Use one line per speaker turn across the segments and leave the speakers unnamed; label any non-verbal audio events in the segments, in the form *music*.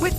With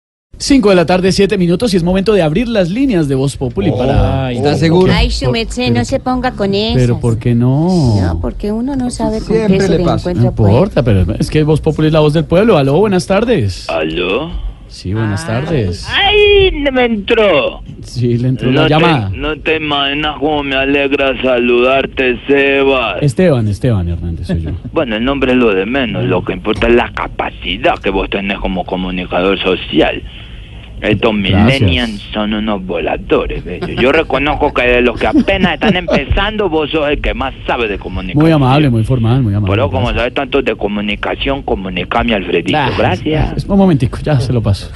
5 de la tarde, 7 minutos y es momento de abrir las líneas de Voz Populi para...
¿Estás seguro?
Ay, Shumetse, no se ponga con eso.
Pero ¿por qué no?
No, porque uno no sabe con
Siempre
qué se
le
le,
pasa.
No
encuentra. pues.
importa, pero es que Voz Populi es la voz del pueblo. Aló, buenas tardes.
¿Aló?
Sí, buenas tardes.
¡Ay! no Me entró.
Sí, le entró
No
la
te,
llamada.
no te imaginas cómo me alegra saludarte, Sebas.
Esteban, Esteban Hernández soy yo.
Bueno, el nombre es lo de menos. Lo que importa es la capacidad que vos tenés como comunicador social. Estos
Gracias.
millennials son unos voladores. ¿ves? Yo reconozco que de los que apenas están empezando, vos sos el que más sabe de comunicación.
Muy amable, muy formal, muy amable.
Pero como
gracias.
sabes tanto de comunicación, comunicame, Alfredito.
Ah,
Gracias.
gracias. Un momentico, ya se lo paso.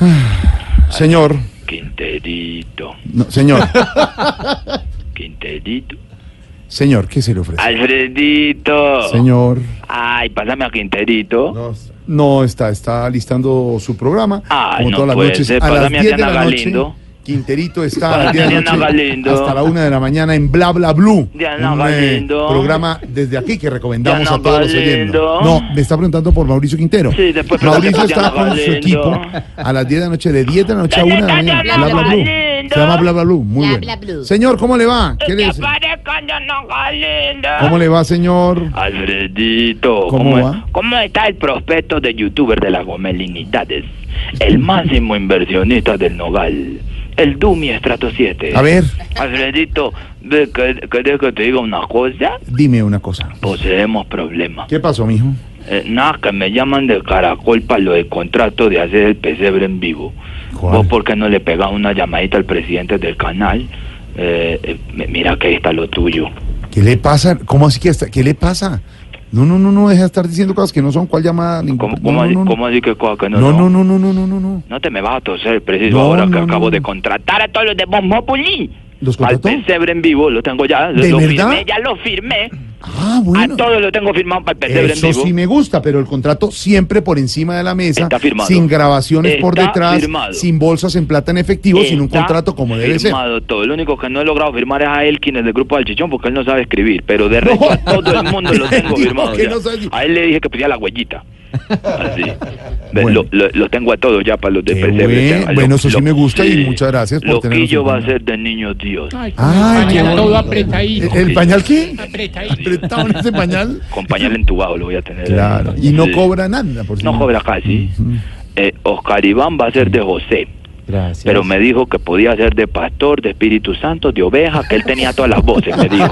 Señor.
Quinterito,
No, señor.
Quinterito.
señor, ¿qué se le ofrece?
Alfredito.
Señor.
Ay, pásame a Quinterito.
No, está, está listando su programa.
Ay,
como
no
todas las
puede
noches.
ser.
A las
Pásame a
10 de
Diana
la noche.
Galindo.
Quinterito está a
Pásame
las 10 de
a
la
Diana
noche
Galindo.
hasta la 1 de la mañana en Bla Bla Blue.
Diana
un, eh,
Galindo.
programa desde aquí que recomendamos
Diana
a todos los oyentes.
Galindo.
No, me está preguntando por Mauricio Quintero.
Sí, después pregúntale
Mauricio
por
está
Diana
con su
Galindo.
equipo a las 10 de la noche, de 10 de la noche a 1 de la mañana.
Diana
Bla Bla Blue.
Galindo.
Se llama Bla Bla Blue. Muy bueno.
Bla Bla Blue.
Señor, ¿cómo le va? ¿Qué le
Que
dice?
aparezca Diana Galindo.
¿Cómo le va, señor?
Alfredito,
¿Cómo
¿cómo,
va?
cómo está el prospecto de youtuber de las
Este-
gomelinidades? El máximo inversionista del Nogal. El Dumi Estrato 7.
A ver,
Alfredito, ve que- ¿querés que te diga una cosa?
dime una cosa.
Poseemos problemas.
¿Qué pasó, mijo?
Eh, nada, que me llaman del caracol para lo del contrato de hacer el pesebre en vivo.
¿Cuál?
¿Vos por qué no le pegas una llamadita al presidente del canal? Eh, eh, mi- mira que ahí está lo tuyo.
¿Qué le pasa? ¿Cómo así que hasta? ¿Qué le pasa? No, no, no, no, deja de estar diciendo cosas que no son. ¿Cuál llamada? Ningún-
¿Cómo,
no,
cómo,
no,
así-
no, no.
cómo así que cosa que no,
No, no, no, no, no, no, no, no.
No te me vas a toser, preciso,
No,
ahora
no,
que
no,
acabo de
no.
contratar a todos los de Bon Populi.
¿Los
Al
contrató?
pesebre en vivo, lo tengo ya.
¿De
lo
verdad?
firmé, ya lo firmé.
Ah,
A
bueno.
todos lo tengo firmado para el pesebre en
Eso
vivo.
sí me gusta, pero el contrato siempre por encima de la mesa,
Está firmado.
sin grabaciones por
Está
detrás,
firmado.
sin bolsas en plata en efectivo, sin un
Está
contrato como debe ser.
firmado todo. Lo único que no he logrado firmar es a Elkin, el del grupo del Chichón, porque él no sabe escribir. Pero de resto, a todo el
*laughs*
mundo lo tengo
Dijo
firmado.
que
ya.
no sabe escribir.
a él le dije que pidiera la huellita. Así. Ve,
Bueno.
Lo, lo- lo tengo a todos ya para los de
Qué
pesebre.
buen-
ya. Lo-
bueno, eso sí
lo-
me gusta y muchas gracias por
Lo
tenernos
quillo
en
va a
cuenta.
ser de niño Dios.
Ay, qué
Pañal todo
bonito.
apretadito.
¿El, el pañal qué?
Apretadito.
Apretado en ese pañal.
Con pañal entubado lo voy a tener.
Claro. Y no
Sí.
cobra nada, por
No
cierto.
cobra casi. Eh, Oscar Iván va a ser de José.
Gracias.
Pero me dijo que podía ser de pastor, de Espíritu Santo, de oveja, que él tenía todas las voces,
*laughs*
me dijo.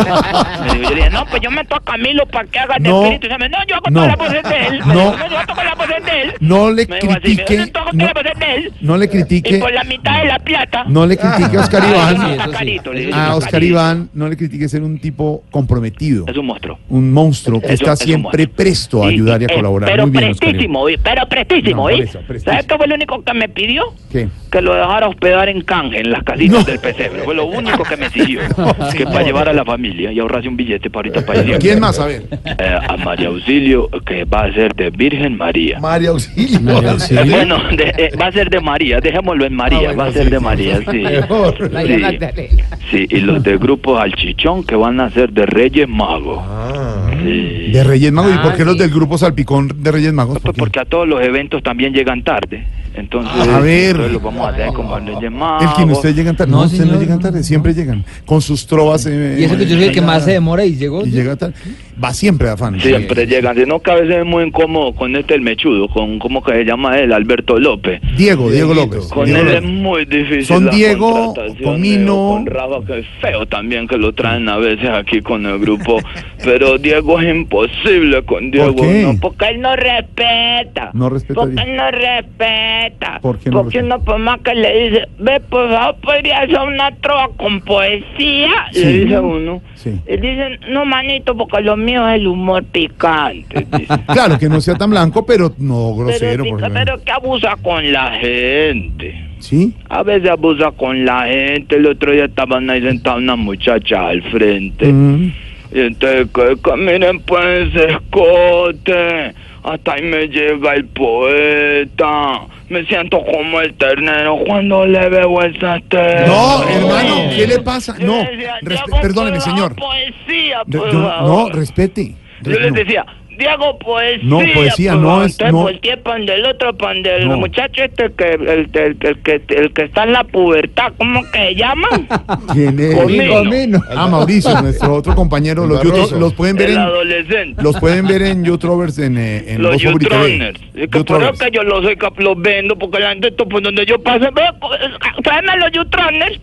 Me dijo, yo le dije, no, pues yo me toco a Camilo para que haga de
No.
Espíritu Santo. No, yo hago
No.
todas las voces de él. Me
No.
dijo, yo toco las voces de él.
No le
me dijo así, me dijo,
critique.
yo toco
No,
todas las voces de él.
no le
Y
critique.
por la mitad de la plata.
No le critique a
*laughs*
Oscar
Ah,
Iván.
no, Oscarito, le dije,
A Oscar
Oscarito.
Iván no le critique ser un tipo comprometido.
Es un monstruo.
un monstruo que
Es un-
está
es un
siempre
monstruo.
presto a
Y-
ayudar y a
eh,
colaborar.
Pero
Muy bien,
prestísimo, oye, pero
No,
prestísimo,
por
¿eh?
eso, prestísimo.
¿Sabes qué fue lo único que me pidió?
¿Qué?
Que lo dejara hospedar en canje, en las casitas
No.
del pesebre. Fue lo único que me siguió.
*laughs*
que para llevar a la familia y ahorrarse un billete para ahorita para
Oscarito.
ir.
¿Quién más? A ver.
Eh, a María Auxilio, que va a ser de Virgen María.
María *laughs* Auxilio.
María Auxilio. ¿Sí?
Bueno, de- eh, va a ser de María, dejémoslo en María,
Ah, bueno,
va a ser
sí,
de
sí.
María,
*laughs*
sí.
Mejor.
Sí. Sí, y los de grupos al chichón que van a ser de Reyes Magos.
Ah,
Sí.
De Reyes Magos. ¿Y por qué los del grupo Salpicón de Reyes Magos? ¿Por
Pues
qué?
porque a todos los eventos también llegan tarde. Entonces,
Ah, A ver.
entonces los vamos a hacer como el llamado.
El que ustedes llegan tarde. No,
No,
ustedes no
señor,
llegan
no,
tarde.
no.
Siempre llegan. Con sus trovas. eh,
Y eso que yo soy el que más se demora y llegó.
Y llega tarde. Va siempre de afán.
Siempre llegan. Si no, que a veces es muy incómodo con este el mechudo, con cómo que se llama él, Alberto López.
Diego, Diego López.
Con em-
Diego
él
López.
es muy difícil.
Son
las
Diego,
contrataciones,
Comino.
o Con Rafa, que es feo también que lo traen a veces aquí con el
*laughs*
grupo. Pero Diego es imposible con Diego.
qué?
no, porque él no respeta.
No respeta a
Porque
Diego.
él no respeta.
¿Por qué no
porque
respeta?
una por más que le dice, ve, por favor, podría hacer una trova con poesía.
Sí.
Le dice uno.
Sí.
Y dicen, no, manito, porque los mío es el humor
*laughs*
picante. dice.
Claro, que no sea tan blanco, pero no grosero.
pero,
por
pica-
favor.
pero que abusa con la gente.
¿Sí?
A veces abusa con la gente. El otro día estaban ahí sentada una muchacha al frente.
Mm.
Y entonces, que- que miren pues ese escote, hasta ahí me llega el poeta. Me siento como el ternero cuando le veo esas tetas.
No, hermano, ¿qué le pasa?
Yo
No,
le decía,
respe-
"Diego,
perdóneme,
por favor,
señor.
Poesía,
Re-
por
yo- no,
favor".
respete.
Pues, Yo les
No.
decía, Diego, poesía.
No, poesía,
por
no
favor".
es-
Entonces
no.
volteé pa' donde el otro, pa' donde el
No.
muchacho este, que, el, el- el que, el que está en la pubertad, ¿cómo que
*laughs*
se llama?
¿Quién es?
Comino.
Comino.
Ah, Mauricio, nuestro otro compañero.
El
Los,
Barroso.
youtube- los pueden ver
el
en,
adolescente.
los pueden ver en YouTubers en, eh, en
los
Voz Populi TV.
Jutroners. Es que por eso
YouTubers.
que yo los, soy cap- los vendo, porque la gente, esto, pues, donde yo pase, veo, tráeme a los
*laughs*
Jutroners.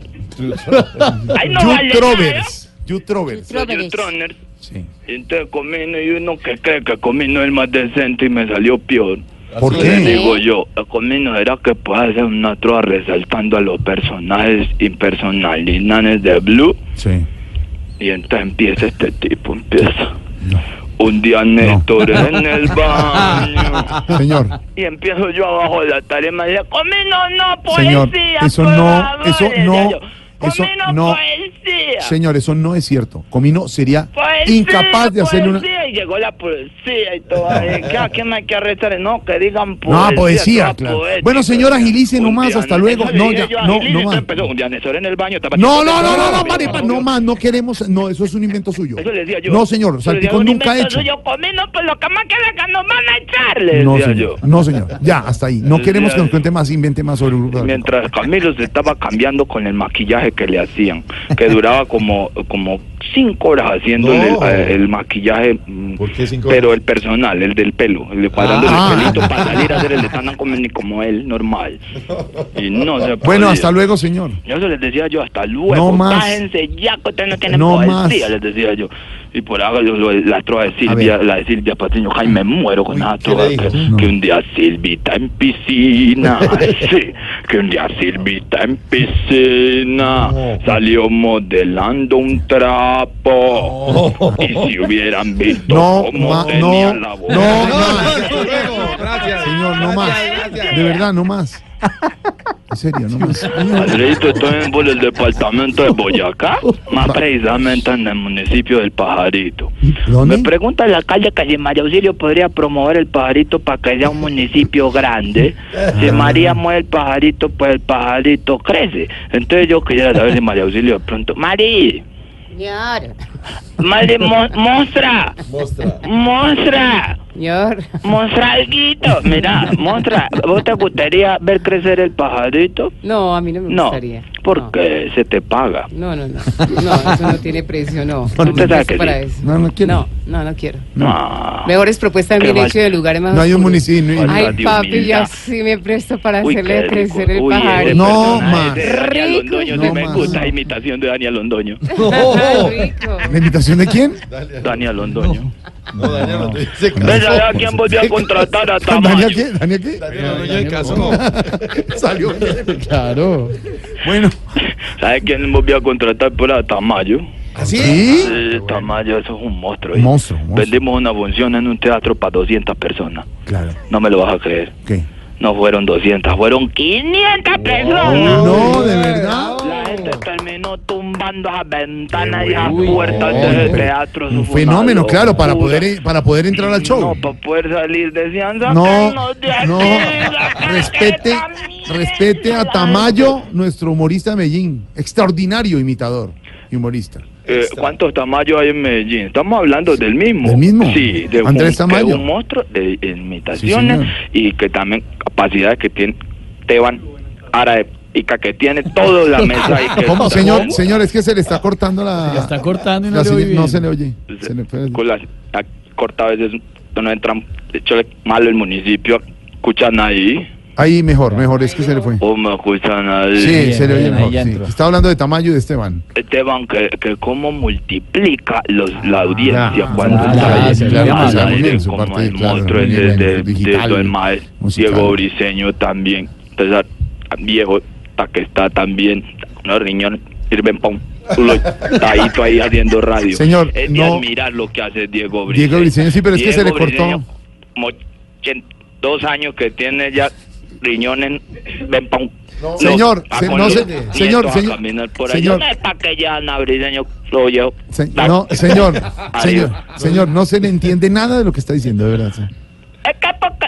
Ay, no vale nada. ¿eh?
YouTubers. YouTubers.
Los
Trovers.
Jutroners.
Sí.
Entonces comino y uno que cree que comino es el más decente y me salió peor.
¿Por
Le
qué?
digo yo, a comino era que puede hacer una trova resaltando a los personajes impersonalidades de Blue.
Sí.
Y entonces empieza este tipo, empieza. Un día Néstor en el
*laughs*
baño. *laughs*
Señor,
Y empiezo yo abajo de la tarima y le comino no poesía.
Señor, eso
por
no,
favor",
eso
decía
no,
yo.
eso
Comino
no.
poesía.
señor, eso no es cierto. Comino sería
Poesía,
incapaz de hacerle una.
poesía, Y pues llegó la poesía y
*laughs*
todo. ahí, ¿Qué, ¿A quién hay que arrestar? No, que digan
No,
poesía.
poesía,
toda
claro.
poética.
Bueno, señor, agilice
Un
nomás,
día-
hasta luego.
eso le
No,
dije
ya,
yo a
no,
Gilito,
no más.
empezó, un día Néstor en el baño. estaba-
No, no, no, no, no, pare, pa- no más, no queremos, no, eso es un invento suyo.
Eso le decía yo.
No, señor,
Eso le decía,
Salpicón
un
nunca ha hecho.
invento suyo, comino, pues lo que más queda que nos van a echar, le
No,
decía yo.
señor, no, señor, ya, hasta ahí. No
Le
queremos
decía
que nos
yo.
cuente más, invente más sobre el grupo.
Mientras Camilo se estaba cambiando con el maquillaje que le hacían, que duraba como, como cinco
*laughs*
horas haciéndole
No.
el, el maquillaje, mm,
¿Por *laughs*
*laughs*
qué cinco
pero el personal, el del pelo, el de cuadrando
Ah.
el pelito para salir a hacer el stand como, como él, normal. Y no se
Bueno,
podía.
hasta luego, señor.
Yo se les decía yo, hasta luego,
No más.
bájense ya que ustedes no tienen
No
poesía,
más.
les decía yo. Y por ahora yo, lo- la trova de
A
Silvia,
ver.
la de Silvia Patiño, ay, me muero con
Uy,
esa
¿qué
trova.
le
Que,
dijo?
No.
que un día Silvita en
*laughs*
piscina, sí, que un día Silvita en piscina
No.
salió modelando un trapo. Y si hubieran visto
No,
cómo
ma-
tenía
no,
la
no,
boca.
no,
Gracias.
Señor, no más. De verdad, no más. En serio, no más.
Andreito, estoy en- por el departamento de Boyacá,
*laughs*
más precisamente en el municipio del Pajarito.
¿Dónde?
Me pregunta el alcalde que si María Auxilio podría promover el Pajarito para que sea un municipio grande. Si María mueve el Pajarito, pues el Pajarito crece. Entonces yo quisiera saber si María Auxilio de pronto... ¡Mari!
Señor,
¡Mari, mo- muestra!
Mostra.
¡Muestra!
señor. *laughs*
¡Muestra alguito! Mira, muestra. ¿Vos te gustaría ver crecer el Pajarito?
No, a mí no me
No,
gustaría.
porque se te paga.
No, no, no. No, eso no tiene precio, no.
No,
No me
usted sabe
presto
que
para
sí.
eso.
No, no quiero.
No, no, no quiero.
No.
Mejores propuestas
Qué
bien
mal.
hecho de lugares más
No hay un
oscuros.
municipio. no hay-
Falta
Ay,
de
papi,
humildad.
ya sí me presto para
Uy,
hacerle
qué rico.
crecer el
Uy, eh, ese
pajarito.
No
personaje
más.
eh, de Daniel
Rico.
Londoño,
No
sí me
más.
gusta la imitación de Daniel
*laughs*
Londoño.
rico.
¿La invitación de quién?
Daniel Londoño.
No, Daniel, no te dice
¿Ves a quién volvió a contratar a Tamayo?
*laughs*
*laughs*
¿Daniel qué? ¿Daniel qué? Salió. *laughs* bien.
Claro.
Bueno.
¿Sabes quién volvió a contratar por a Tamayo?
¿Sí?
Eh, Tamayo, eso es un monstruo. ¿eh?
Monstruo, monstruo.
Vendimos una función en un teatro para 200 personas.
Claro.
No me lo vas a creer.
¿Qué?
No fueron 200, fueron 500 personas.
No, de verdad.
La gente terminó tumbando las ventanas y
Uy,
las puertas
no,
del
pero-
teatro. Eso
Un
fue una
fenómeno, claro, para
locura.
poder, para poder entrar al show.
No, para poder salir, decían,
No,
"Sáquennos de aquí,
no,
sáquennos
respete,
de aquí".
respete a Tamayo, nuestro humorista de Medellín, extraordinario imitador y humorista.
Eh, ¿Cuántos Tamayo hay en Medellín? Estamos hablando del mismo.
¿Del mismo?
Sí, de
Andrés
un,
Tamayo.
que es un monstruo de imitaciones
Sí, señor.
y que también capacidades que tiene Teban Árabe Pica, que tiene
*laughs*
toda la mesa. ahí que
¿Cómo,
está-
señor? Señor, es que se le está cortando la.
Ya está cortando y no
la
le oye
señal- no
bien.
se le oye. Se le-
con las la corta a veces no entran, de hecho malo el municipio, escuchan ahí,
Ahí mejor, mejor, es que se le fue.
o me escuchan ahí.
Sí,
Bien,
se le oye
bien, ahí
mejor.
ya
sí.
entró.
Está hablando de Tamayo y de Esteban.
Esteban, que, que cómo multiplica los, la audiencia
ya,
cuando
ya,
está ahí
ya,
en
claro,
el
claro,
aire,
muy bien, su
como
parte,
el
claro,
monstruo
muy
de,
bien,
de-
digital,
de- del maestro
musical.
eh, Diego Briseño también, entonces, a- a viejo, ta que está también, unos riñones, sirven pa' un culo
*laughs*
tadito ahí haciendo radio.
Señor,
es de
no-
admirar lo que hace Diego Briseño.
Diego Briseño, sí, pero es que se le cortó.
Briseño, como 82 años que tiene ya riñones, ven pa' un... No,
Señor,
pa'
se-
con
no
los
se-
nietos
señor,
a
señor,
caminar por ahí.
señor.
No es pa' que ya Ana Briseño lo llevo.
Se-
*laughs*
no, señor, señor,
Adiós.
señor, no se le entiende nada de lo que está diciendo, de verdad. sí.
Es que porque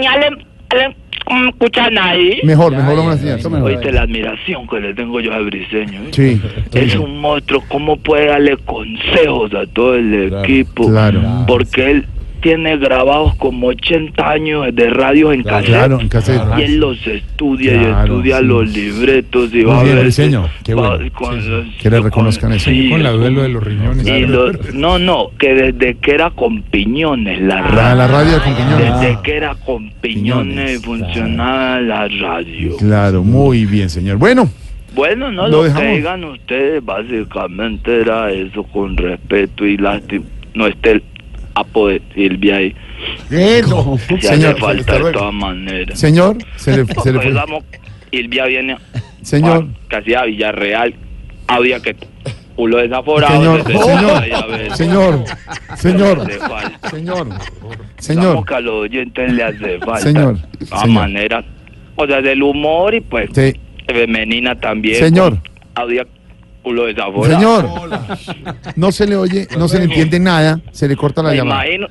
ya le, le- mm, escuchan ahí.
Mejor, mejor vamos a enseñar.
Oíste la admiración que le tengo yo a Briseño. ¿eh?
Sí,
Es un monstruo, ¿cómo puede darle consejos a todo el equipo?
claro.
Porque él tiene grabados como 80 años de radio en cassette.
claro, en cassette.
Y él los estudia y
Claro,
estudia
sí.
los libretos y
Muy
va a
bien,
ver.
Briseño, qué
va
bueno.
con
Sí, sí.
los-
Que le reconozcan eso.
Con la duelo de los riñones.
y los- no, no, que desde que era con piñones la
La,
radio.
Ah, la radio de Compiñones.
Desde que era con piñones
Piñones,
funcionaba la radio.
Claro, muy bien, señor. Bueno,
Bueno, no
Lo
lo, que
dejamos.
digan ustedes, básicamente era eso con respeto y lástima. No esté el apo de Silvia ahí. *laughs*
eso.
Si hace
Señor,
falta
hasta
de
luego.
todas maneras.
señor, se le, se le fue.
Digamos, Silvia viene
Señor,
casi a Villarreal. Había que culo desaforado.
señor,
desde- Ay, a
señor,
ver,
señor, señor,
hace falta.
señor,
Digamos
señor.
que a los oyentes
*laughs*
le hace falta.
Señor,
De todas
señor.
maneras. O sea, del humor y pues
Sí,
femenina también.
Señor.
Había culo desaforado.
Señor, no se le oye, no se le entiende nada, se le corta la
Me
llamada.
imagino.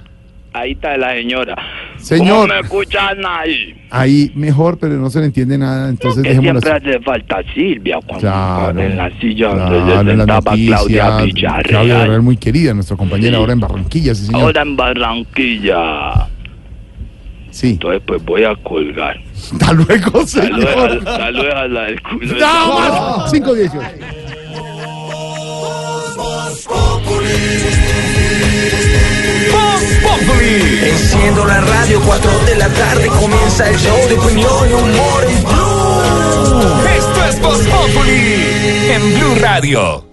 Ahí está la señora.
Señor.
¿Cómo me escuchan ahí?
Ahí mejor, pero no se le entiende nada, entonces
Que
dejémoslo
siempre
así.
hace falta Silvia cuando
Claro,
en la silla
claro,
donde
en
se
las
sentaba Claudia
noticias,
Villarreal.
Claudia Villarreal, muy querida, nuestra compañera
Sí.
ahora en Barranquilla, sí, señor.
Ahora en Barranquilla.
Sí.
Entonces pues voy a colgar.
Hasta luego, señor.
Saludos a, saludos a la del culo.
¡No más! 518.
Enciendo la radio, 4 de la tarde comienza el show de opinión y humor en Blue. Esto es Voz Populi en Blue Radio.